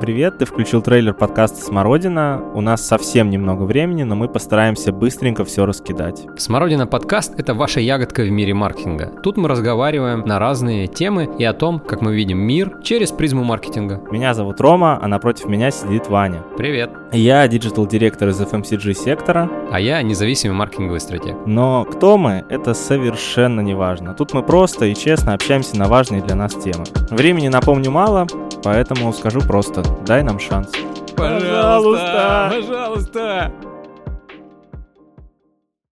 Привет, ты включил трейлер подкаста «Смородина». У нас совсем немного времени, но мы постараемся быстренько все раскидать. Смородина подкаст – это ваша ягодка в мире маркетинга. Тут мы разговариваем на разные темы и о том, как мы видим мир через призму маркетинга. Меня зовут Рома, а напротив меня сидит Ваня. Привет! Я диджитал-директор из FMCG сектора, А я независимый маркетинговый стратег. но кто мы, это совершенно не важно. Тут мы просто и честно общаемся на важные для нас темы. Времени, напомню, мало, поэтому скажу просто, дай нам шанс. Пожалуйста, Пожалуйста!